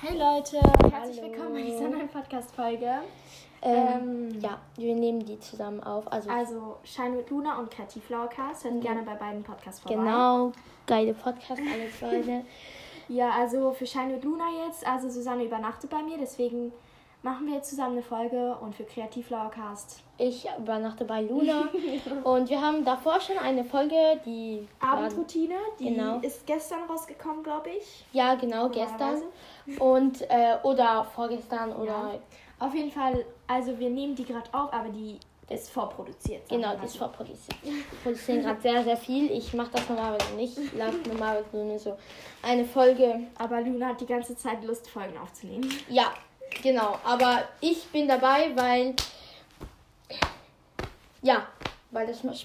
Hey Leute, herzlich willkommen bei dieser neuen Podcast-Folge. Ähm, ja, wir nehmen die zusammen auf. Also, Also Shine with Luna und Cathy Flowercast. Hört gerne bei beiden Podcasts vorbei. Mhm. genau, geile Podcast, alles Leute. Ja, also für Shine with Luna jetzt, also Susanne übernachtet bei mir, deswegen machen wir jetzt zusammen eine Folge und für Kreativ Flowercast. Ich übernachte bei Luna und wir haben davor schon eine Folge, die war, Abendroutine, die Genau. ist gestern rausgekommen, glaube ich. ja genau gestern und äh, oder vorgestern oder Auf jeden Fall, also wir nehmen die gerade auf, aber die ist vorproduziert. sagen genau wir mal die ist so. vorproduziert. Ich produziere gerade sehr sehr viel. Ich mache das normalerweise nicht. Ich lade normalerweise nur so eine Folge. Aber Luna hat die ganze Zeit Lust, Folgen aufzunehmen. Ja, genau. Aber ich bin dabei, weil ja, weil das Spaß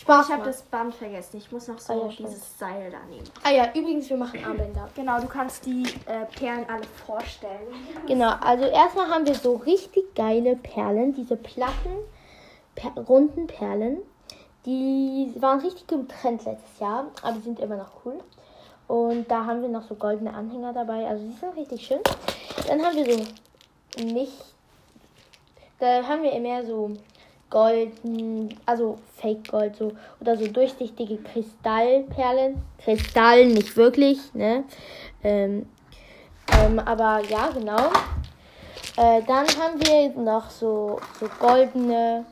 Spaß Ich habe macht. das Band vergessen. Ich muss noch so Ah, ja, stimmt. dieses Seil da nehmen. Ah ja, übrigens, wir machen Armbänder. Genau, du kannst die äh, Perlen alle vorstellen. Genau, also erstmal haben wir so richtig geile Perlen, diese platten, per runden Perlen. Die waren richtig im Trend letztes Jahr, aber die sind immer noch cool. Und da haben wir noch so goldene Anhänger dabei, also die sind richtig schön. Dann haben wir so nicht, da haben wir mehr so golden, also Fake Gold so oder so durchsichtige Kristallperlen. Kristall nicht wirklich, ne? Ähm, ähm, aber ja, genau. Äh, dann haben wir noch so, so goldene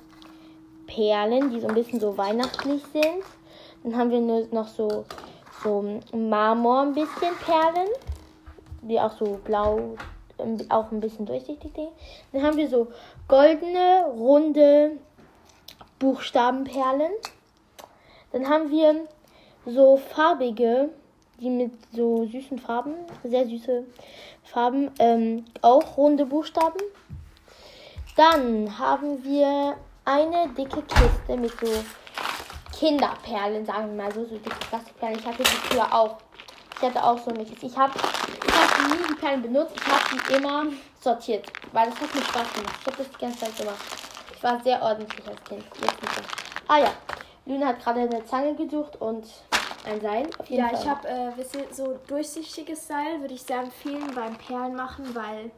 Perlen, die so ein bisschen so weihnachtlich sind. Dann haben wir nur noch so, so Marmor ein bisschen Perlen, die auch so blau, ähm, auch ein bisschen durchsichtig sind. Dann haben wir so goldene, runde Buchstabenperlen. Dann haben wir so farbige, die mit so süßen Farben, sehr süße Farben, ähm, auch runde Buchstaben. Dann haben wir eine dicke Kiste mit so Kinderperlen, sagen wir mal so, so dicke Plastikperlen. Ich hatte die früher auch. Ich hatte auch so eine Kiste. Ich habe ich hab nie die Perlen benutzt, ich habe die immer sortiert, weil das hat mir Spaß gemacht. Ich habe das die ganze Zeit gemacht. Ich war sehr ordentlich als Kind. Jetzt nicht mehr. Ah ja, Luna hat gerade eine Zange gesucht und ein Seil. Auf jeden Ja, Fall. ich habe, äh, wisst ihr, so durchsichtiges Seil würde ich sehr empfehlen beim Perlen machen, weil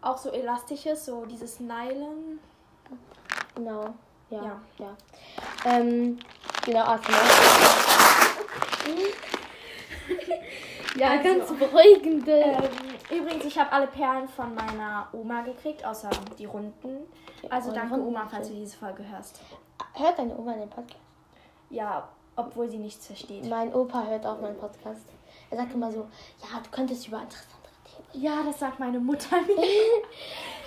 auch so elastisches, so dieses Nylon. Genau. Ja. Ja. Ja. Ähm, genau, Arsenal. Ja, Äh, Also, ganz beruhigende. Ähm, übrigens, ich habe alle Perlen von meiner Oma gekriegt, außer die runden. Also und danke runden Oma, bitte. falls du diese Folge hörst. Hört deine Oma den Podcast? Ja, obwohl sie nichts versteht. Mein Opa hört auch meinen Podcast. Er sagt immer so, ja, du könntest über interessante Themen. Ja, das sagt meine Mutter mir.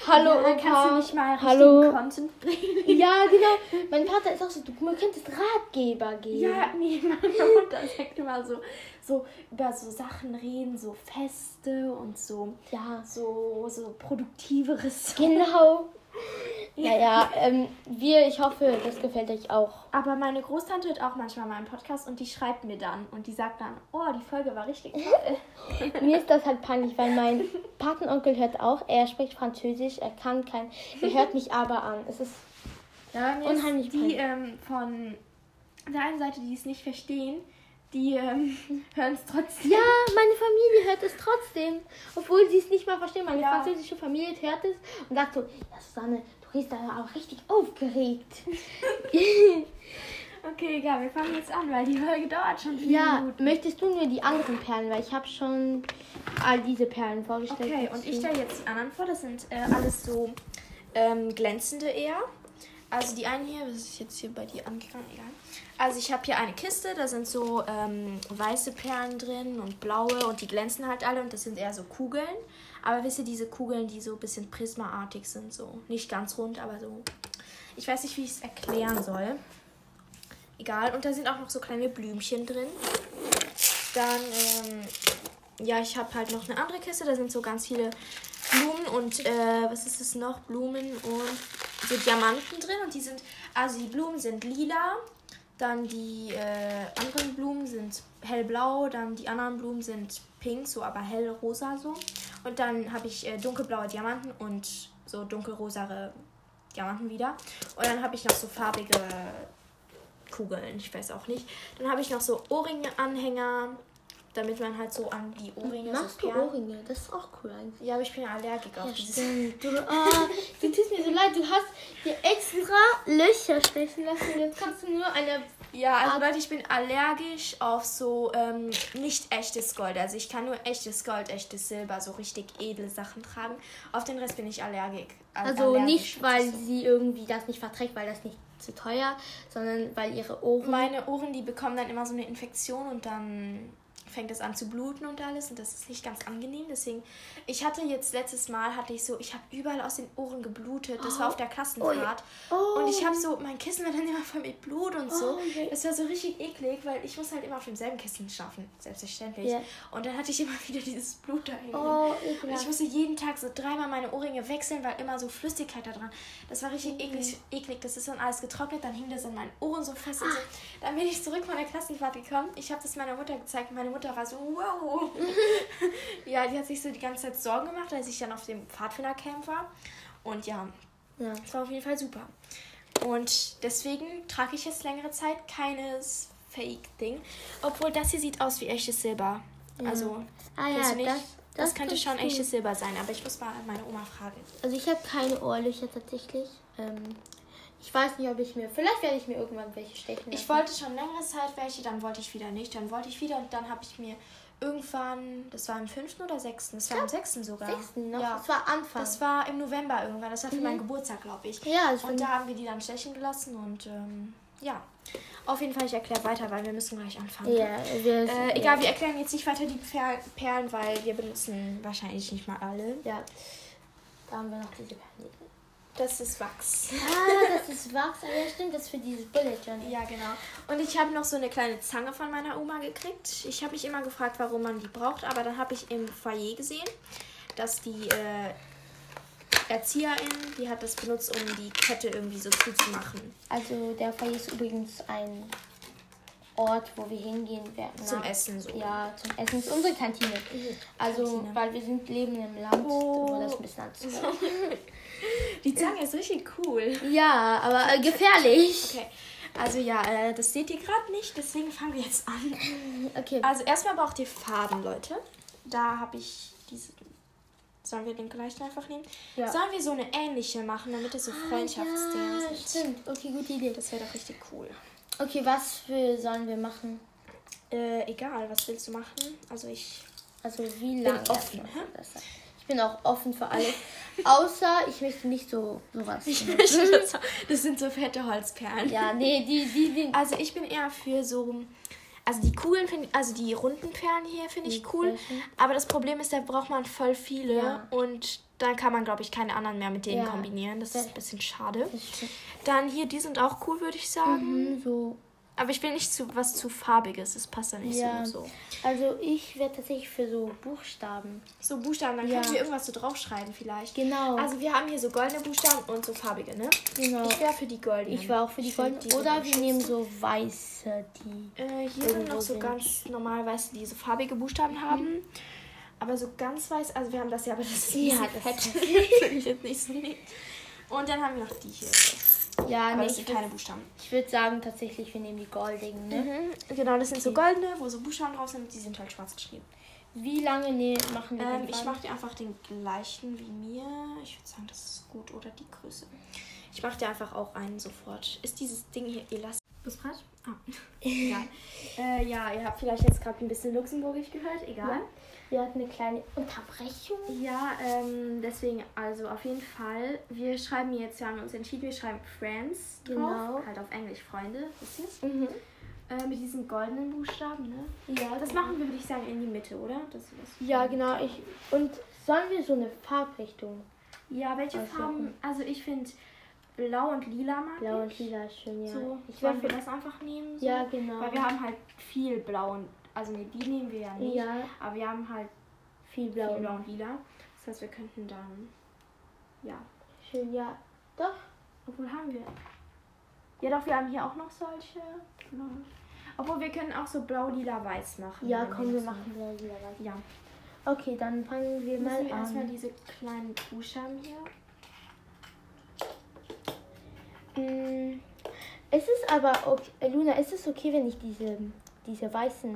Hallo ja, Opa. Kannst du nicht mal Hallo. richtigen Content bringen? Ja, genau. Mein Vater ist auch so, du man könntest Ratgeber geben. Ja, nee, meine Mutter sagt immer so, so über so Sachen reden, so Feste und so, ja. so, so produktiveres. Genau. Naja, ähm, wir, ich hoffe, das gefällt euch auch. Aber meine Großtante hört auch manchmal meinen Podcast und die schreibt mir dann und die sagt dann, oh, die Folge war richtig toll. Mir ist das halt peinlich, weil mein Patenonkel hört auch, er spricht Französisch, er kann kein, er hört mich aber an. Es ist ja, mir Unheimlich ist die ähm, von der einen Seite, die es nicht verstehen, die ähm, hören es trotzdem. Ja, meine Familie hört es trotzdem, obwohl sie es nicht mal verstehen. Meine Ja. französische Familie hört es und sagt so, ja Susanne, du riechst aber auch richtig aufgeregt. Okay, egal, wir fangen jetzt an, weil die Folge dauert schon vier ja, Minuten. möchtest du nur die anderen Perlen, weil ich habe schon all diese Perlen vorgestellt. Okay, und ich stelle jetzt die anderen vor. Das sind äh, alles so ähm, glänzende eher. Also die einen hier, was ist jetzt hier bei dir angegangen? Egal. Also ich habe hier eine Kiste, da sind so ähm, weiße Perlen drin und blaue und die glänzen halt alle und das sind eher so Kugeln. Aber wisst ihr, diese Kugeln, die so ein bisschen prismaartig sind, so nicht ganz rund, aber so. Ich weiß nicht, wie ich es erklären soll. Egal, und da sind auch noch so kleine Blümchen drin. Dann ähm, ja, ich habe halt noch eine andere Kiste. Da sind so ganz viele Blumen und äh, was ist es noch? Blumen und so Diamanten drin. Und die sind, also die Blumen sind lila. Dann die äh, anderen Blumen sind hellblau. Dann die anderen Blumen sind pink, so aber hellrosa so. Und dann habe ich äh, dunkelblaue Diamanten und so dunkelrosare Diamanten wieder. Und dann habe ich noch so farbige Kugeln. Ich weiß auch nicht. Dann habe ich noch so Ohrringe-Anhänger damit man halt so an die Ohrringe Machst so du Perlen- Ohrringe? Das ist auch cool eigentlich. Ja, aber ich bin ja allergisch auf Ja, dieses. stimmt. Du, ah, du tust mir so leid, du hast dir extra Löcher stechen lassen. und Jetzt kannst du nur eine. Ja, also Leute, ich bin allergisch auf so ähm, nicht echtes Gold. Also ich kann nur echtes Gold, echtes Silber, so richtig edle Sachen tragen. Auf den Rest bin ich allergisch. Al- Also allergisch. nicht, weil sie irgendwie das nicht verträgt, weil das nicht zu teuer, sondern weil ihre Ohren. Meine Ohren, die bekommen dann immer so eine Infektion und dann fängt es an zu bluten und alles und das ist nicht ganz angenehm. Deswegen, ich hatte jetzt letztes Mal, hatte ich so, ich habe überall aus den Ohren geblutet. Das war auf der Klassenfahrt. Oh. Und ich habe so, mein Kissen war dann immer voll mit Blut und so. Oh, okay. Das war so richtig eklig, weil ich muss halt immer auf demselben Kissen schlafen, selbstverständlich. Ja. Und dann hatte ich immer wieder dieses Blut da hängen. Oh, Und ekelhaft. ich musste jeden Tag so dreimal meine Ohrringe wechseln, weil immer so Flüssigkeit da dran. Das war richtig eklig, eklig. Das ist dann alles getrocknet, dann hing das an meinen Ohren so fest. Ah. Und so. Dann bin ich zurück von der Klassenfahrt gekommen. Ich habe das meiner Mutter gezeigt. Meine Mutter war so, wow. ja, die hat sich so die ganze Zeit Sorgen gemacht, als ich dann auf dem Pfadfindercamp war. Und ja, Ja. das war auf jeden Fall super. Und deswegen trage ich jetzt längere Zeit keines Fake-Ding. Obwohl das hier sieht aus wie echtes Silber. Also, Ah ja, kennst du nicht? das, das, könnte kannst schon du. echtes Silber sein, aber ich muss mal meine Oma fragen. Also ich habe keine Ohrlöcher tatsächlich. Ähm, ich weiß nicht, ob ich mir. Vielleicht werde ich mir irgendwann welche stechen. Ich lassen. wollte schon längere Zeit welche, dann wollte ich wieder nicht, dann wollte ich wieder und dann habe ich mir irgendwann, das war im fünften oder sechsten, das war im sechsten sogar. Sechsten noch. Ja. Das war Anfang. Das Mhm. war im November irgendwann, das war für meinen Geburtstag, glaube ich. Ja, das und war- da haben wir die dann stechen gelassen und ähm, ja. Auf jeden Fall, ich erkläre weiter, weil wir müssen gleich anfangen. ja, wir, Äh, egal, wir erklären jetzt nicht weiter die Per- Perlen, weil wir benutzen wahrscheinlich nicht mal alle. Ja. Da haben wir noch diese Planeten. Das ist Wachs. Ah, das ist Wachs. Ah, Ja, stimmt, das ist für dieses Bullet Journal. Ja, genau. Und ich habe noch so eine kleine Zange von meiner Oma gekriegt. Ich habe mich immer gefragt, warum man die braucht, aber dann habe ich im Foyer gesehen, dass die äh, Erzieherin, die hat das benutzt, um die Kette irgendwie so zuzumachen. Also, der Fall ist übrigens ein Ort, wo wir hingehen werden. Zum Essen so. Ja, zum Essen. Das ist unsere Kantine. Also, Kantine. weil wir sind leben im Land, Oh. wo das ein bisschen anders ist. Die Zange ist richtig cool. Ja, aber äh, gefährlich. Okay. Also ja, äh, das seht ihr gerade nicht, deswegen fangen wir jetzt an. Okay. Also erstmal braucht ihr Farben, Leute. Da habe ich diese. Sollen wir den gleichen einfach nehmen? Ja. Sollen wir so eine ähnliche machen, damit das so Freundschaftsdinger ja, sind? stimmt. Okay, gute Idee. Das wäre doch richtig cool. Okay, was für sollen wir machen? Äh, egal, was willst du machen? Also ich. Also wie lange? Bin offen, erstmal soll das sein? Ich bin auch offen für alles. Außer ich möchte nicht so sowas. das sind so fette Holzperlen. ja, nee, die, die, die. Also ich bin eher für so. Also die Kugeln finde also die runden Perlen hier finde ich cool. sehr schön. Aber das Problem ist, da braucht man voll viele Ja. und dann kann man, glaube ich, keine anderen mehr mit denen Ja. kombinieren. Das ist ein bisschen schade. Das stimmt. Dann hier, die sind auch cool, würde ich sagen. Hm, so. Aber ich will nicht zu was zu farbiges. Das passt da nicht Ja. so. so. Also ich wäre tatsächlich für so Buchstaben. So Buchstaben, dann Ja. können wir irgendwas so draufschreiben vielleicht. Genau. Also wir haben hier so goldene Buchstaben und so farbige, ne? Genau. Ich wäre für die goldenen. Ich war auch für die Ich find goldenen. die Oder am wir nehmen so weiße, die. Äh, hier sind noch Irgendwo so sind. Mhm. ganz normal, weißt du, die so farbige Buchstaben haben. Aber so ganz weiß, also wir haben das ja, aber das ist Ja, ein bisschen das fett. Will ich jetzt nicht so nehmen. Und dann haben wir noch die hier. Ja, Aber nee, das ich, sind keine Buchstaben. ich würde sagen tatsächlich, wir nehmen die goldigen. Ne? Genau, das sind so goldene, wo so Buchstaben drauf sind. Die sind halt schwarz geschrieben. Wie lange nee, machen wir Ähm, den ich Faden? mache dir einfach den gleichen wie mir. Ich würde sagen, das ist gut. Oder die Größe. Ich mache dir einfach auch einen sofort. Ist dieses Ding hier elastisch? Ist falsch? Ah, egal. äh, ja, ihr habt vielleicht jetzt gerade ein bisschen luxemburgisch gehört. Egal. Wir hatten eine kleine Unterbrechung. Ja, ähm, deswegen, also auf jeden Fall, wir schreiben jetzt, wir haben uns entschieden, wir schreiben Friends drauf. Genau. Halt auf Englisch Freunde, wisst ihr? Mhm. Äh, mit diesen goldenen Buchstaben, ne? Ja, Das machen wir, würde ich sagen, in die Mitte, oder? Dass wir das Ja, genau. Ich, und sollen wir so eine Farbrichtung? Ja, welche Also, Farben? Also ich finde blau und lila mag Blau und ich. lila ist schön, ja. So, ich ich wäre wollen für wir das einfach nehmen. So. Ja, genau. Weil wir haben halt viel blau und, also nee, die nehmen wir ja nicht. Ja. Aber wir haben halt viel viel blau. blau und lila. Das heißt, wir könnten dann, ja, Schön, ja. Doch. Obwohl haben wir. Ja, doch, wir haben hier auch noch solche. Obwohl wir können auch so blau-lila-weiß machen. Ja, wenn komm, wir das- machen blau und lila. weiter. Ja. Okay, dann fangen wir Müssen mal ähm, wir erstmal an. diese kleinen Buchstaben hier. Mm, Es ist aber okay, Luna, ist es okay, wenn ich diese, diese weißen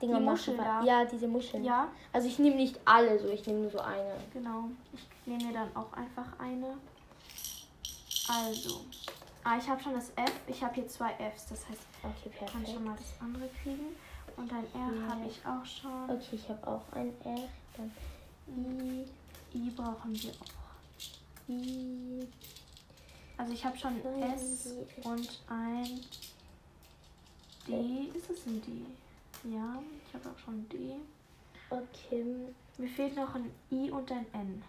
Dinger machen. Die Muschel da. Ja, diese Muscheln. Ja, Also ich nehme nicht alle so, ich nehme nur so eine. genau. Ich nehme mir dann auch einfach eine. Also. Ah, ich habe schon das F. Ich habe hier zwei Fs. Das heißt, Okay, ich kann perfekt. schon mal das andere kriegen. Und ein R habe ich auch schon. Okay, ich habe auch ein R. Dann I, I brauchen wir auch. I, Also ich habe schon ein Nein, S die- und ein D. Ist es ein D? Ja, ich habe auch schon ein D. okay. hm, Mir fehlt noch ein I und ein N.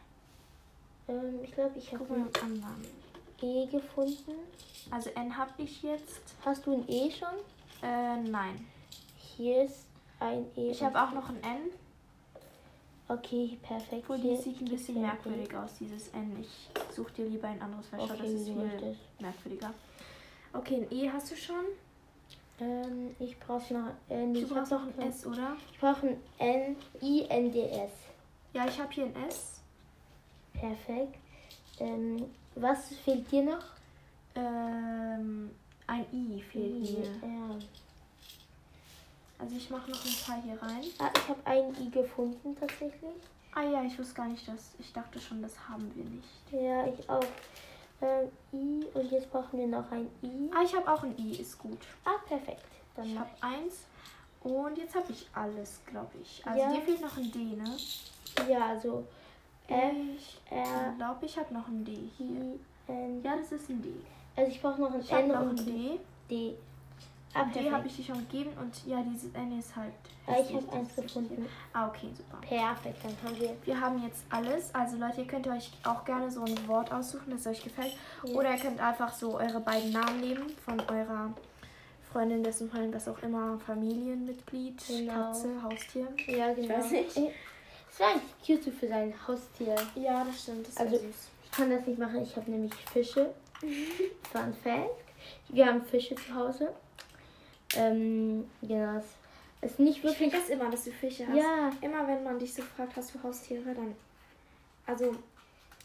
Ähm, ich glaube, ich Guck habe mal ein im anderen. E gefunden. Also N habe ich jetzt. Hast du ein E schon? Äh, nein. Hier ist ein E. Ich habe auch noch ein N. Okay, perfekt. Obwohl, die Hier sieht ein gibt's bisschen ja merkwürdig aus, dieses N. Ich suche dir lieber ein anderes, weil schau, Okay, das wie ist viel mach ich das? merkwürdiger. Okay, ein E hast du schon. E. Ähm, ich brauche noch äh, nee, Du ich brauchst brauche noch ein S, oder? Ich brauche ein N, I, N, D, S. Ja, ich habe hier ein S. Perfekt. Ähm, was fehlt dir noch? Ähm, ein I fehlt mir. Ja. Also ich mache noch ein paar hier rein. Ah, ich habe ein I gefunden tatsächlich. Ah ja, ich wusste gar nicht, dass. Ich dachte schon, das haben wir nicht. Ja, ich auch. Ähm, I und jetzt brauchen wir noch ein I. Ah, ich habe auch ein I, ist gut. Ah, perfekt. Dann Ich mach habe eins. Und jetzt habe ich alles, glaube ich. Also Ja. dir fehlt noch ein D, ne? ich. Ja, also F, Ich R, Hm. glaube, ich habe noch ein D hier. I, N. Ja, das ist ein D. Also ich brauche noch ein Ich habe N noch ein und ein D. D. Ah, D habe perfekt. ich dir schon gegeben und ja, dieses N ist halt. Ah, ich hässlich, habe eins das ist richtig. gefunden. Ah, okay, super. Perfekt, dann haben wir. Wir haben jetzt alles. Also Leute, ihr könnt euch auch gerne so ein Wort aussuchen, das euch gefällt. Oder ihr könnt einfach so eure beiden Namen nehmen von eurer Freundin, dessen Freundin, was auch immer, Familienmitglied, Genau. Katze, Haustier. Ja, genau. weiß nicht. Es war eigentlich cute so für sein Haustier. Ja, das stimmt. Das ist Also- sehr süß. Ich kann das nicht machen, ich habe nämlich Fische. Fun Fact. Wir haben Fische zu Hause. Ähm, genau. Es ist nicht Ich wirklich. vergesse immer, dass du Fische hast. Ja, Immer wenn man dich so fragt, hast du Haustiere, dann. Also,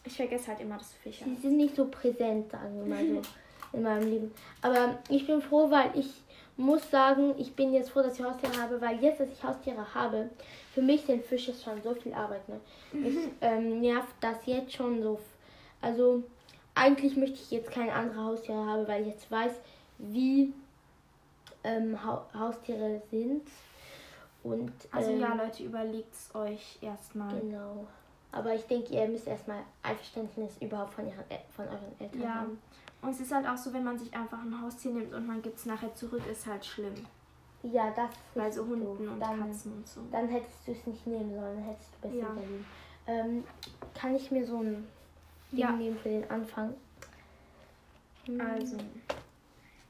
ich vergesse halt immer, dass du Fische sie hast. sind nicht so präsent, sagen wir mal so, in meinem Leben. Aber ich bin froh, weil ich muss sagen, ich bin jetzt froh, dass ich Haustiere habe, weil jetzt, dass ich Haustiere habe, für mich sind Fische schon so viel Arbeit. Ne? Mich ähm, nervt das jetzt schon so. f- Also eigentlich möchte ich jetzt keine andere Haustiere haben, weil ich jetzt weiß, wie ähm, ha Haustiere sind. Und, Also, ähm, ja, Leute, überlegt's euch erstmal. Genau. Aber ich denke, ihr müsst erstmal Einverständnis überhaupt von, ihren, El- von euren Eltern Ja. haben. Und es ist halt auch so, wenn man sich einfach ein Haustier nimmt und man gibt es nachher zurück, ist halt schlimm. Ja, das ist Weil so richtig Hunden doof. und dann, Katzen und so. Dann hättest du es nicht nehmen sollen, dann hättest du besser Ja. überlegen. Ähm, kann ich mir so ein Ding Ja. nehmen für den Anfang? Hm. Also,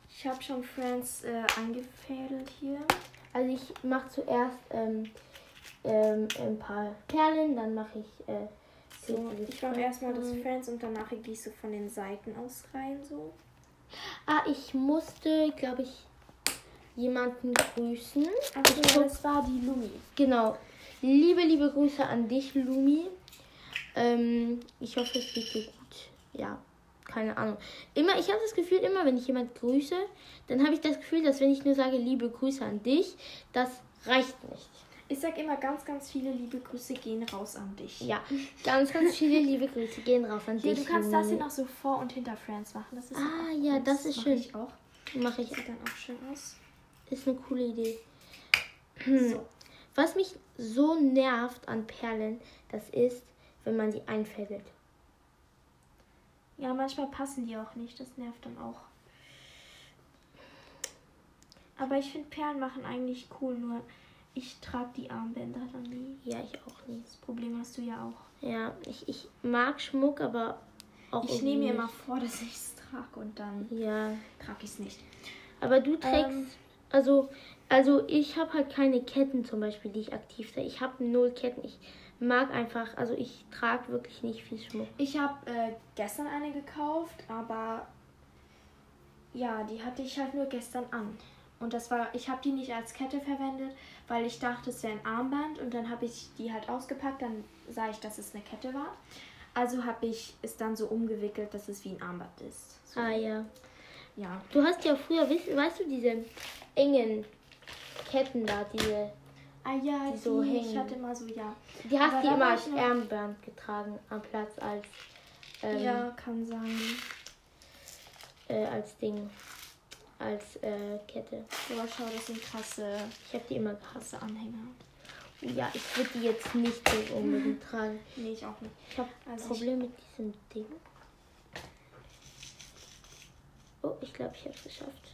ich habe schon Friends äh, angefädelt hier. Also ich mache zuerst ähm, ähm, ein paar Perlen, dann mache ich äh, So, dieses ich mache erstmal das Kreuz. Friends und danach gehe ich so von den Seiten aus rein so. Ah, ich musste, glaube ich, jemanden grüßen. Ach Ich so, guck- das war die Lumi. Genau. Liebe, liebe Grüße an dich, Lumi. Ähm, ich hoffe, es geht dir gut. Ja, keine Ahnung. Immer, ich habe das Gefühl, immer wenn ich jemand grüße, dann habe ich das Gefühl, dass wenn ich nur sage, liebe Grüße an dich, das reicht nicht. Ich sag immer ganz, ganz viele liebe Grüße gehen raus an dich. Ja, ganz, ganz viele liebe Grüße gehen raus an Hier, dich. du kannst das hier Lumi. noch so vor und hinter Friends machen. Das ist Ah, auch ja, cool. das ist mach schön. Ich auch. Mache ich. Das sieht dann auch schön aus. Ist eine coole Idee. Hm. So. Was mich so nervt an Perlen, das ist, wenn man sie einfädelt. Ja, manchmal passen die auch nicht. Das nervt dann auch. Aber ich finde Perlen machen eigentlich cool, nur ich trage die Armbänder dann nie. Ja, ich auch nicht. Das Problem hast du ja auch. Ja, ich, ich mag Schmuck, aber auch. Ich nehme mir irgendwie immer vor, dass ich es trage und dann nicht. Ja, trage ich es nicht. aber du trägst. Ähm. Also, also ich habe halt keine Ketten zum Beispiel, die ich aktiv trage. Ich habe null Ketten. Ich mag einfach, also ich trage wirklich nicht viel Schmuck. Ich habe äh, gestern eine gekauft, aber ja, die hatte ich halt nur gestern an. Und das war, ich habe die nicht als Kette verwendet, weil ich dachte, es wäre ein Armband und dann habe ich die halt ausgepackt, dann sah ich, dass es eine Kette war. Also habe ich es dann so umgewickelt, dass es wie ein Armband ist. So, Ah ja. ja. Du hast ja früher, weißt, weißt du, diese engen Ketten da, diese. Ah ja, Die so die, ich hängen. hatte mal so, ja. Die Aber hast du da immer war als ich noch- Ehrenband getragen am Platz als, ähm, Ja, kann sein. äh, als Ding, als äh, Kette. Boah, schau, das sind krasse, Ich habe die immer gehasst. krasse Anhänger. Ja, ich würde die jetzt nicht so unbedingt tragen. Nee, ich auch nicht. Ich habe ein Also ich- Problem mit diesem Ding. Oh, ich glaube, ich habe es geschafft.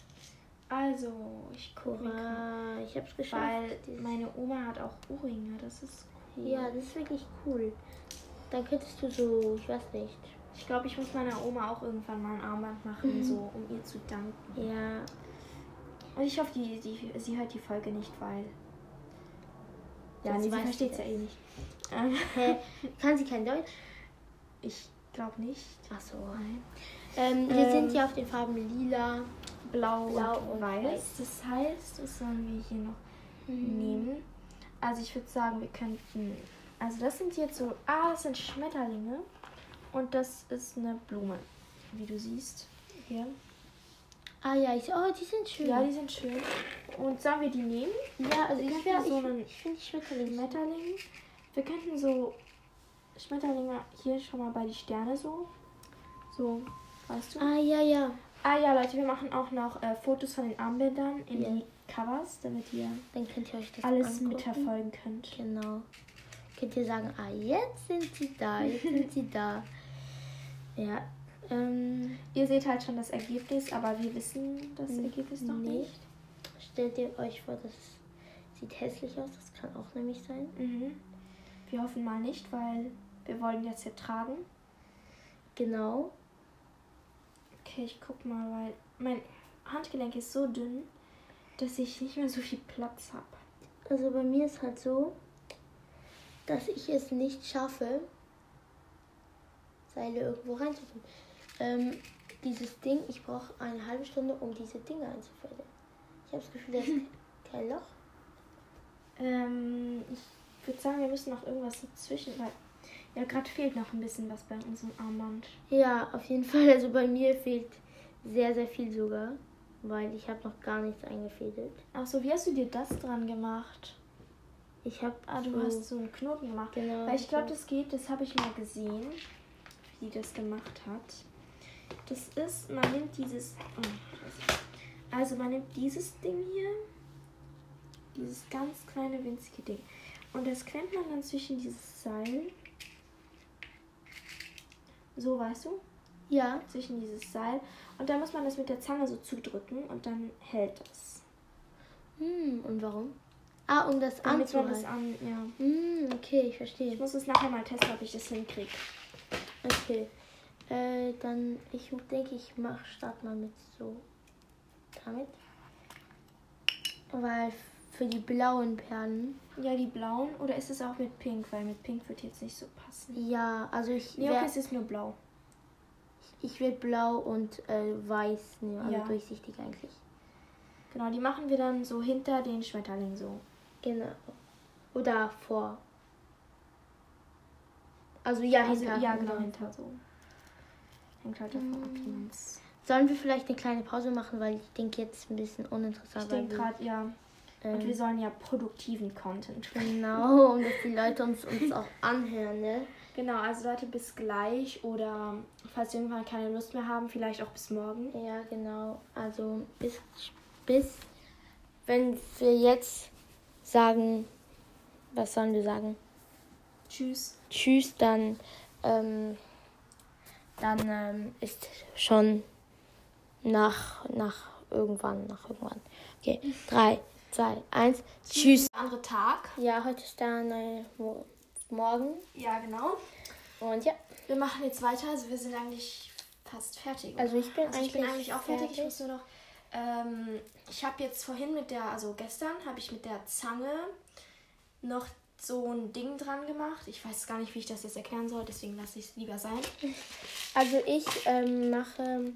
Also, ich gucke mal. Hurra, ich habe es geschafft. Weil Dieses- meine Oma hat auch Ohrringe, das ist cool. ja, das ist wirklich cool. Dann könntest du so, ich weiß nicht. Ich glaube, ich muss meiner Oma auch irgendwann mal ein Armband Mhm. machen, so, um ihr zu danken. Ja, Und ich hoffe, die, die, sie hört die Folge nicht, weil... Ja, Jetzt nee, sie weiß sie versteht es ja das. eh nicht. Ähm, hä? Kann sie kein Deutsch? ich glaube nicht. Ach so. Nein. Ähm, wir Ähm, sind hier auf den Farben lila. Blau, Blau und, und weiß. weiß. Mhm. Das heißt, das sollen wir hier noch nehmen. Also ich würde sagen, wir könnten... Also das sind jetzt so... Ah, das sind Schmetterlinge. Und das ist eine Blume, wie du siehst. Hier. Ah ja, ich, oh, die sind schön. Ja, die sind schön. Und sollen wir die nehmen? Ja, also ich, könnten wär- so ich, einen- ich finde die Schmetterlinge. Schmetterlinge. Wir könnten so Schmetterlinge hier schon mal bei die Sterne so. So, weißt du? Ah ja, ja. Ah ja, Leute, wir machen auch noch äh, Fotos von den Armbändern in Ja. die Covers, damit ihr Dann könnt ihr euch das alles angucken. mitverfolgen könnt. Genau. Könnt ihr sagen, ah, jetzt sind sie da, jetzt sind sie da. Ja. Ähm, Ihr seht halt schon das Ergebnis, aber wir wissen das Hm, Ergebnis noch nee. nicht. stellt ihr euch vor, das sieht hässlich aus, das kann auch nämlich sein. Mhm. Wir hoffen mal nicht, weil wir wollen jetzt hier tragen. Genau. Okay, ich guck mal, weil mein Handgelenk ist so dünn, dass ich nicht mehr so viel Platz habe. Also bei mir ist halt so, dass ich es nicht schaffe, Seile irgendwo reinzutun. Ähm, dieses Ding, ich brauche eine halbe Stunde, um diese Dinge einzufädeln. Ich habe das Gefühl, da ist kein Loch. Ähm, ich würde sagen, wir müssen noch irgendwas dazwischen, weil ja gerade fehlt noch ein bisschen was bei unserem Armband. Ja, auf jeden Fall. Also bei mir fehlt sehr, sehr viel sogar, weil ich habe noch gar nichts eingefädelt. Achso, wie hast du dir das dran gemacht? Ich habe Ah, du hast so einen Knoten gemacht. Genau, Weil ich glaube, so. das geht, das habe ich mal gesehen, wie die das gemacht hat. Das ist, man nimmt dieses. Oh, Scheiße. also man nimmt dieses Ding hier, dieses ganz kleine winzige Ding. Und das klemmt man dann zwischen dieses Seil. So, weißt du? ja, zwischen dieses Seil und da muss man das mit der Zange so zudrücken und dann hält das. hm, und warum? Ah, um das Damit man das anzuhalten. an, ja. Hm, okay, ich Ich verstehe. muss es nachher mal testen, ob ich das hinkriege. Okay, äh, dann ich denke, ich mach start mal mit so damit, weil für die blauen Perlen. Ja, die blauen oder ist es auch mit pink, weil mit pink wird jetzt nicht so passen. Ja, also ich Nee, okay, wär- es ist nur blau. ich werde blau und äh, weiß nehmen, also Ja. durchsichtig eigentlich. Genau, die machen wir dann so hinter den Schmetterling so. Genau. Oder vor. Also ja, also, hinter. ja, genau, hinter so. Hängt halt davon ab, wie Mm. man's. Sollen wir vielleicht eine kleine Pause machen, weil ich denke jetzt ist ein bisschen uninteressant. Ich denke weil gerade, ja. wir, Und wir ähm, sollen ja produktiven Content. genau, und dass die Leute uns, uns auch anhören, ne? Genau, also Leute, bis gleich oder falls wir irgendwann keine Lust mehr haben, vielleicht auch bis morgen. Ja, genau. Also bis, bis wenn wir jetzt sagen, was sollen wir sagen? Tschüss. Tschüss, dann ähm, dann ähm, ist schon nach nach irgendwann, nach irgendwann. Okay, drei, zwei, eins. Tschüss. andere Tag. Ja, heute ist der neue Mo Morgen Ja, genau. und ja, Wir machen jetzt weiter. Also wir sind eigentlich fast fertig. also ich bin, Also eigentlich, ich bin eigentlich auch fertig. Ich fertig. muss nur noch. Ähm, ich habe jetzt vorhin mit der, also gestern habe ich mit der Zange noch so ein Ding dran gemacht. Ich weiß gar nicht, wie ich das jetzt erklären soll, deswegen lasse ich es lieber sein. Also ich ähm, mache,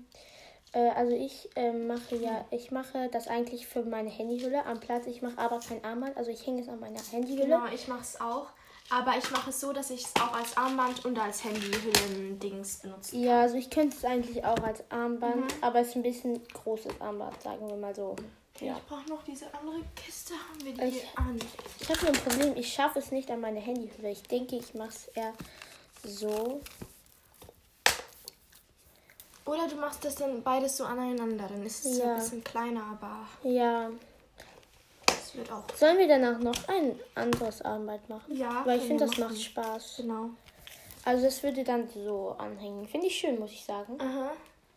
äh, also ich ähm, mache ja, ich mache das eigentlich für meine Handyhülle am Platz. Ich mache aber kein Armband, also ich hänge es an meiner Handyhülle. Genau, ich mache es auch. Aber ich mache es so, dass ich es auch als Armband und als Handyhüllen-Dings benutze. Ja, Mhm. also ich könnte es eigentlich auch als Armband, aber es ist ein bisschen großes Armband, sagen wir mal so. Okay, Ja. ich brauche noch diese andere Kiste. Haben wir die Ich- hier an? Ich habe nur ein Problem, ich schaffe es nicht an meine Handyhülle. Ich denke, ich mache es eher so. Oder du machst das dann beides so aneinander. Dann ist es Ja. ein bisschen kleiner, aber Ja. es wird auch. Sollen wir danach noch ein anderes Armband machen? Ja, Weil ich können finde, wir das machen. macht Spaß. Genau. Also das würde dann so anhängen. Finde ich schön, muss ich sagen. Aha.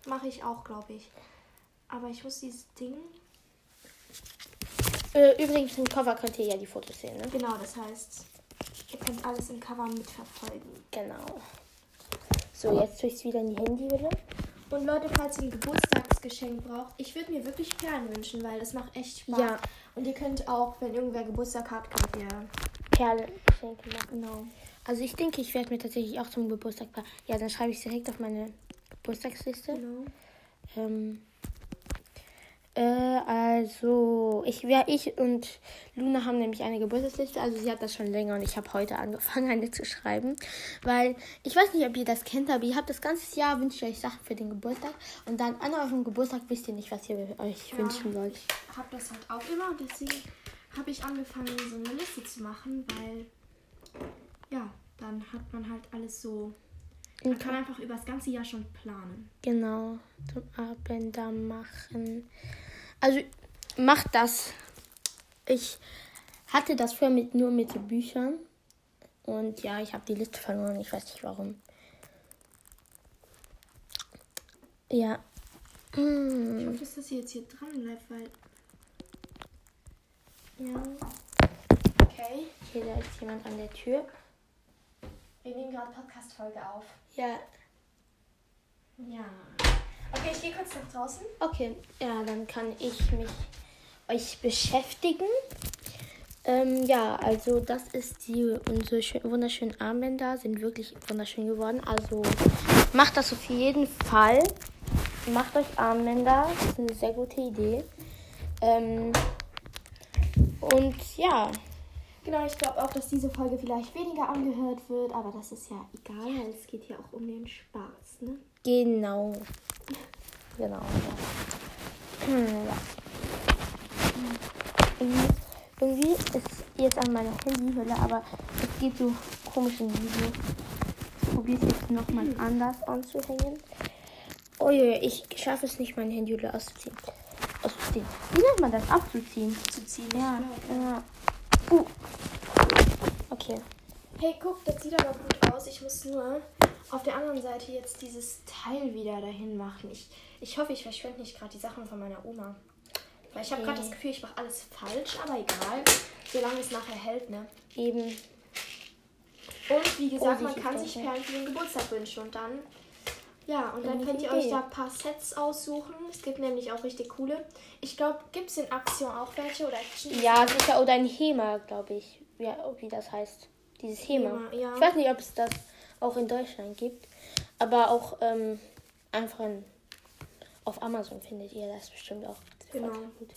Mache ich auch, glaube ich. Aber ich muss dieses Ding. Äh, übrigens, im Cover könnt ihr ja die Fotos sehen, ne? Genau, das heißt, ihr könnt alles im Cover mitverfolgen. Genau. So, jetzt tue ich es wieder in die Handyhülle. Und Leute, falls ihr ein Geburtstagsgeschenk braucht, ich würde mir wirklich Perlen wünschen, weil das macht echt Spaß. Ja. Und ihr könnt auch, wenn irgendwer Geburtstag hat, könnt ihr. Perlengeschenke machen. Genau. Also ich denke, ich werde mir tatsächlich auch zum Geburtstag... pa- Ja, dann schreibe ich es direkt auf meine Geburtstagsliste. genau. Ähm, äh, also, ich, wär, ich und Luna haben nämlich eine Geburtstagsliste. Also, sie hat das schon länger und ich habe heute angefangen, eine zu schreiben. Weil, ich weiß nicht, ob ihr das kennt, aber ihr habt das ganze Jahr, wünscht ihr euch Sachen für den Geburtstag. Und dann an eurem Geburtstag wisst ihr nicht, was ihr euch Ja. wünschen wollt. Hab das halt auch immer und deswegen habe ich angefangen, so eine Liste zu machen, weil. Ja, dann hat man halt alles so. Man kann einfach über das ganze Jahr schon planen. Genau, zum Abender machen. Also macht das. Ich hatte das früher mit, nur mit so Büchern. Und ja, ich habe die Liste verloren. Ich weiß nicht warum. Ja. Ich Hm. hoffe, dass das jetzt hier dran bleibt, weil. Ja. Okay, Okay, da ist jemand an der Tür. wir nehmen gerade Podcast-Folge auf. Ja. Ja. Okay, ich gehe kurz nach draußen. Okay, ja, dann kann ich mich euch beschäftigen. Ähm, ja, also das ist die unsere schön, wunderschönen Armbänder sind wirklich wunderschön geworden. Also macht das auf jeden Fall. Macht euch Armbänder, das ist eine sehr gute Idee. Ähm, und ja, Genau, ich glaube auch, dass diese Folge vielleicht weniger angehört wird, aber das ist ja egal, weil es geht hier auch um den Spaß, ne? genau, genau. Ja. Hm, ja. irgendwie, irgendwie ist jetzt an meiner Handyhülle, aber es geht so komisch in die Video. Ich probiere es jetzt nochmal anders anzuhängen. Oh je, ich schaffe es nicht, meine Handyhülle auszuziehen. Auszuziehen. Wie nennt man das? Abzuziehen. Zu ziehen. Ja, ich glaub. ja. Uh. Okay. Hey, guck, das sieht aber gut aus. Ich muss nur auf der anderen Seite jetzt dieses Teil wieder dahin machen. Ich, ich hoffe, ich verschwende nicht gerade die Sachen von meiner Oma. Weil ich habe gerade das Gefühl, ich mache alles falsch, aber egal. Solange es nachher hält, ne? Eben. Und wie gesagt, Oh, man wie kann viel sich Geld, ne? Perlen für den Geburtstag wünschen und dann. Ja, und dann Eine könnt ihr Idee. euch da ein paar Sets aussuchen. Es gibt nämlich auch richtig coole. Ich glaube, gibt es in Aktion auch welche oder Action? Ja, sicher. Oder ein Hema, glaube ich. Ja, wie das heißt. Dieses Hema. Hema, ja. Ich weiß nicht, ob es das auch in Deutschland gibt. Aber auch ähm, einfach in, auf Amazon findet ihr das bestimmt auch. Genau. voll gut.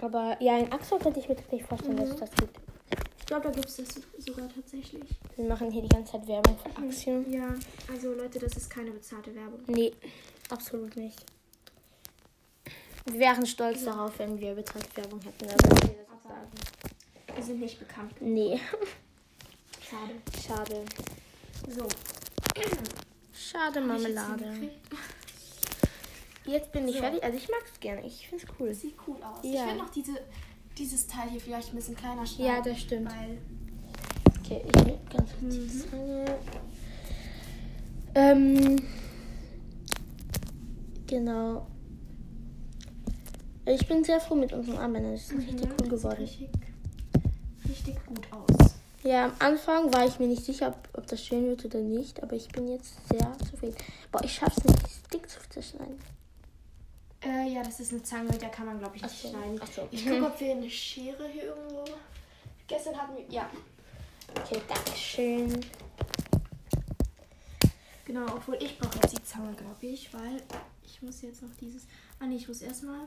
Aber ja, in Axel könnte ich mir tatsächlich vorstellen, dass Mhm. es das gibt. Ich glaube, da gibt es das sogar tatsächlich. Wir machen hier die ganze Zeit Werbung für Axiom. Ja, also Leute, das ist keine bezahlte Werbung. Nee, absolut nicht. Wir wären stolz darauf, wenn wir bezahlte Werbung hätten. Aber ich will das auch sagen. Wir sind nicht bekannt. Nee, Schade. schade. So. Schade Hab ich Marmelade. jetzt hingekriegt. Jetzt bin ich So. fertig. Also ich mag es gerne. Ich finde es cool. Sieht cool aus. Ja. Ich will noch diese, dieses Teil hier vielleicht ein bisschen kleiner schneiden. Ja, das stimmt. Weil Okay, ich nehme ganz kurz Mhm. die Zange. Ähm. Genau. Also Ich bin sehr froh mit unseren Armbändern. Das ist richtig Mhm, cool das sieht geworden. Richtig, richtig gut aus. Ja, am Anfang war ich mir nicht sicher, ob, ob das schön wird oder nicht, aber ich bin jetzt sehr zufrieden. Boah, ich schaff's nicht, dieses Dick zu zerschneiden. Äh, ja, das ist eine Zange, mit der kann man, glaube ich, nicht Ach so. schneiden. Ach so. Ich gucke, ob wir eine Schere hier irgendwo. Gestern hatten wir. Ja, Okay, danke schön. genau, obwohl ich brauche jetzt die Zange, glaube ich, weil ich muss jetzt noch dieses. Ah, nee, ich muss erstmal.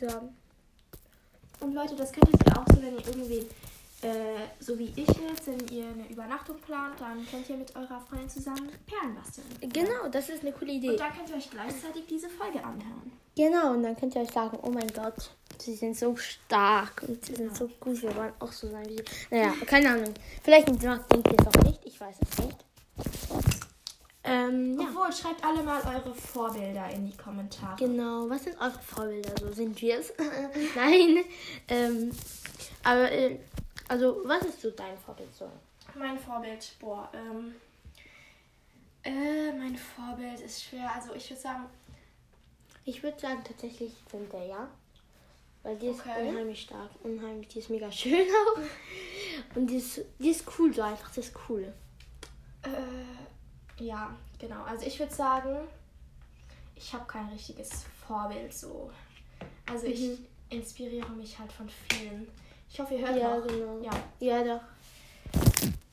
So. Und Leute, das könntet ihr auch so, wenn ihr irgendwen äh, so wie ich jetzt, wenn ihr eine Übernachtung plant, dann könnt ihr mit eurer Freundin zusammen Perlen basteln. Genau, das ist eine coole Idee. Und dann könnt ihr euch gleichzeitig diese Folge anhören. Genau, und dann könnt ihr euch sagen, oh mein Gott, sie sind so stark und sie sind so gut, wir wollen auch so sein wie sie. Naja, keine Ahnung. Vielleicht macht denkt ihr es auch nicht, ich weiß es nicht. Ähm, ja. Obwohl, schreibt alle mal eure Vorbilder in die Kommentare. Genau, was sind eure Vorbilder? So sind wir es? Nein. Ähm, aber, ähm, also, was ist so dein Vorbild so? Mein Vorbild, boah, ähm. Äh, mein Vorbild ist schwer. Also ich würde sagen, Ich würde sagen, tatsächlich Cynthia, ja. Weil die ist Okay. unheimlich stark, unheimlich, die ist mega schön auch. Und die ist, die ist cool, so einfach, das ist cool. äh, ja, genau. Also ich würde sagen, ich habe kein richtiges Vorbild so. Also ich inspiriere mich halt von vielen. Ich hoffe, ihr hört Ja, noch. genau. Ja, Ja, doch.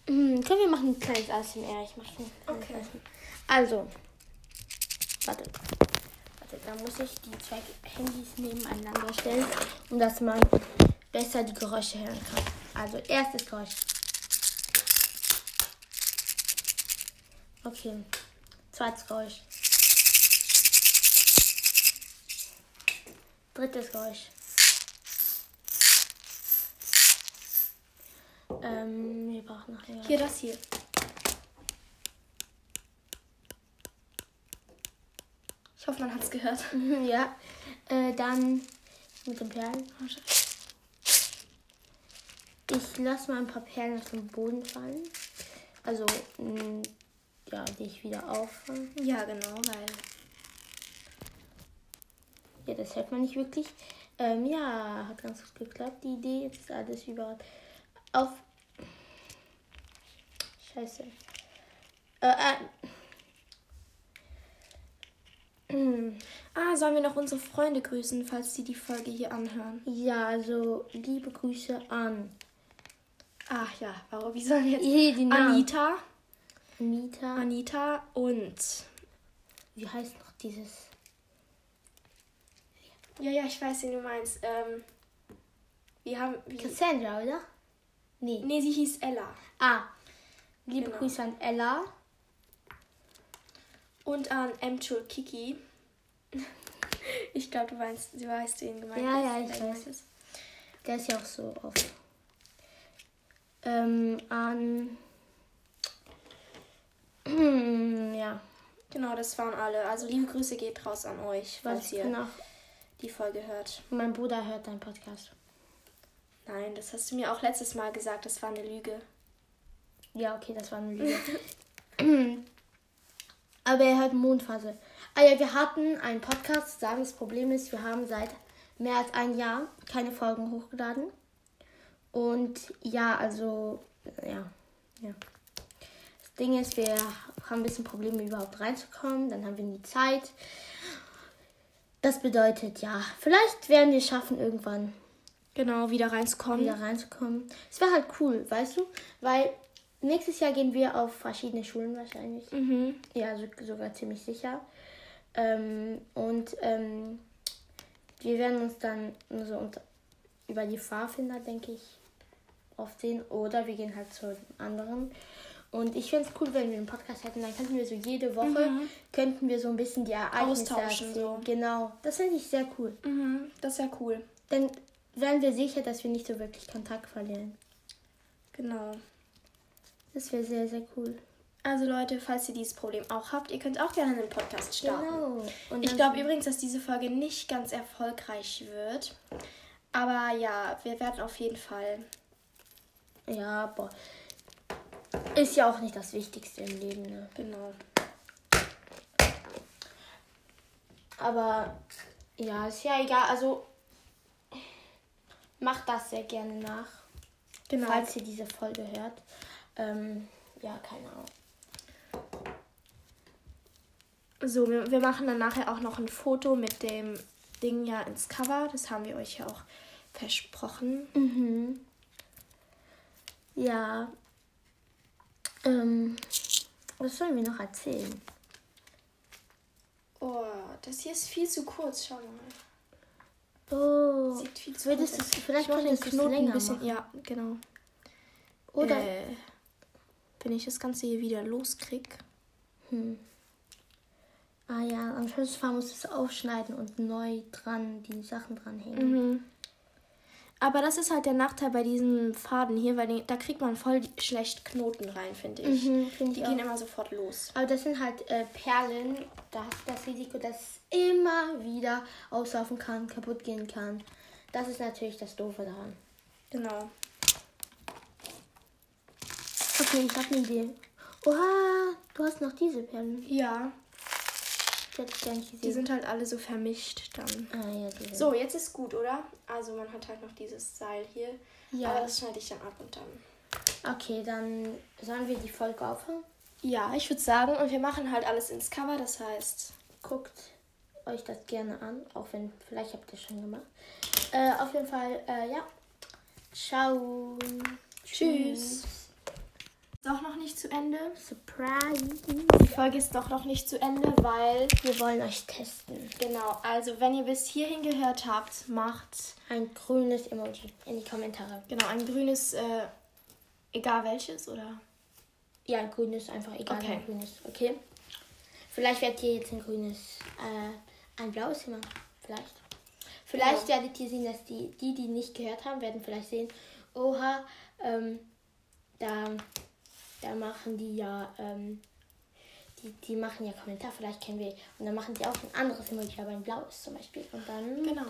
Hm, können wir machen ein kleines ASMR? Ich mache schon. Okay. Also. Warte. Warte, da muss ich die zwei Handys nebeneinander stellen, um dass man besser die Geräusche hören kann. Also, erstes Geräusch. Okay. Zweites Geräusch. Drittes Geräusch. Ähm, wir brauchen noch länger. hier das hier. Ich hoffe, man hat es gehört. Ja, äh, dann mit den Perlen. Ich lasse mal ein paar Perlen auf den Boden fallen. Also, mh, ja, die ich wieder auffange. Ja, genau, weil Ja, das hört man nicht wirklich. Ähm, ja, hat ganz gut geklappt, die Idee. Jetzt ist alles überall auf. Scheiße. Äh, äh. Ah, sollen wir noch unsere Freunde grüßen, falls sie die Folge hier anhören? Ja, also liebe Grüße an Ach ja, warum, wie sollen wir jetzt? Ih, die Namen. Anita, Anita. Anita und... Wie heißt noch dieses? Ja, ja, ich weiß, wen du meinst. Ähm, wir haben... Wie, Cassandra, oder? Nee. nee, sie hieß Ella. Ah. Liebe Genau. Grüße an Ella. Und an Emchul Kiki. Ich glaube, du weißt, du weißt, wen gemeint Ja, ist. ja, ich wer gemeint weiß. ist. Der ist ja auch so oft. Ähm, an. ja, Genau, das waren alle. Also liebe Grüße geht raus an euch, falls was ihr kann auch. die Folge hört. genau. Mein Bruder hört deinen Podcast. Nein, das hast du mir auch letztes Mal gesagt, das war eine Lüge. Ja, okay, das war eine Lüge. Aber er hört Mondphase. Ah ja, wir hatten einen Podcast zusammen. Das Problem ist, wir haben seit mehr als ein Jahr keine Folgen hochgeladen. Und ja, also, ja, ja. Das Ding ist, wir haben ein bisschen Probleme, überhaupt reinzukommen. Dann haben wir nie Zeit. Das bedeutet, ja, vielleicht werden wir es schaffen, irgendwann Genau, wieder reinzukommen. wieder um reinzukommen. Es wäre halt cool, weißt du? Weil nächstes Jahr gehen wir auf verschiedene Schulen wahrscheinlich. Mhm. Ja, so, sogar ziemlich sicher. Ähm, und ähm, wir werden uns dann so unter, über die Pfadfinder, denke ich, oft sehen. Oder wir gehen halt zu einem anderen. Und ich fände es cool, wenn wir einen Podcast hätten. Dann könnten wir so jede Woche, könnten wir so ein bisschen die Ereignisse Mhm. Austauschen, erzählen. so. Genau, das finde ich sehr cool. Mhm, das ist ja cool. Dann wären wir sicher, dass wir nicht so wirklich Kontakt verlieren. Genau. Das wäre sehr, sehr cool. Also Leute, falls ihr dieses Problem auch habt, ihr könnt auch gerne einen Podcast starten. Genau. Und Ich dann- glaube übrigens, dass diese Folge nicht ganz erfolgreich wird. Aber ja, wir werden auf jeden Fall. Ja, boah. Ist ja auch nicht das Wichtigste im Leben, ne? Genau. Aber ja, ist ja egal. Also macht das sehr gerne nach, Genau. falls ihr diese Folge hört. Ähm, ja, keine Ahnung. So, wir, wir machen dann nachher auch noch ein Foto mit dem Ding ja ins Cover. Das haben wir euch ja auch versprochen. Mhm. Ja. Ähm, was sollen wir noch erzählen? Oh, das hier ist viel zu kurz, schau mal. Oh. Sieht viel zu Würdest kurz du, vielleicht Ich mach den könntest du es Knoten länger ein bisschen. machen. Ja, genau. Oder? Äh, wenn ich das Ganze hier wieder loskrieg. Hm. Ah ja, am Schlussfahren musst du es aufschneiden und neu dran, die Sachen dranhängen. Mhm. Aber das ist halt der Nachteil bei diesem Faden hier, weil den, da kriegt man voll die- schlecht Knoten rein, finde ich. Mhm, finde Die ich gehen auch. immer sofort los. Aber das sind halt äh, Perlen, da hast du das Risiko, dass es immer wieder auslaufen kann, kaputt gehen kann. Das ist natürlich das Doofe daran. Genau. Okay, ich habe eine Idee. Oha, du hast noch diese Perlen. Ja, Die hätte ich gar nicht die gesehen. sind halt alle so vermischt dann. ah, ja, die sind. So, jetzt ist gut, oder? Also man hat halt noch dieses Seil hier. Ja. Aber das schneide ich dann ab und dann. Okay, dann sollen wir die Folge aufhören. Ja, ich würde sagen, und wir machen halt alles ins Cover, das heißt. Guckt euch das gerne an, auch wenn vielleicht habt ihr es schon gemacht. Äh, auf jeden Fall, äh, ja. Ciao. Tschüss. Doch noch nicht zu Ende. Surprise. Die Folge ist doch noch nicht zu Ende, weil. Wir wollen euch testen. Genau, also wenn ihr bis hierhin gehört habt, macht Ein grünes Emoji in die Kommentare. genau ein grünes, äh, egal welches, oder? Ja, ein grünes, einfach egal, Okay. ein grünes, okay? Vielleicht werdet ihr jetzt ein grünes, äh, ein blaues Thema, vielleicht. Vielleicht werdet ihr sehen, dass die, die, die nicht gehört haben, werden vielleicht sehen, oha, ähm, da, da machen die ja, ähm, die, die machen ja Kommentar, vielleicht kennen wir. Und dann machen die auch ein anderes Emoji, aber ein blaues zum Beispiel. Und dann... Genau.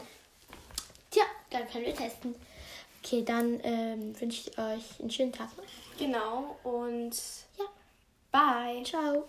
Tja, dann können wir testen. Okay, dann ähm, wünsche ich euch einen schönen Tag noch. Genau, und Ja, bye. ciao.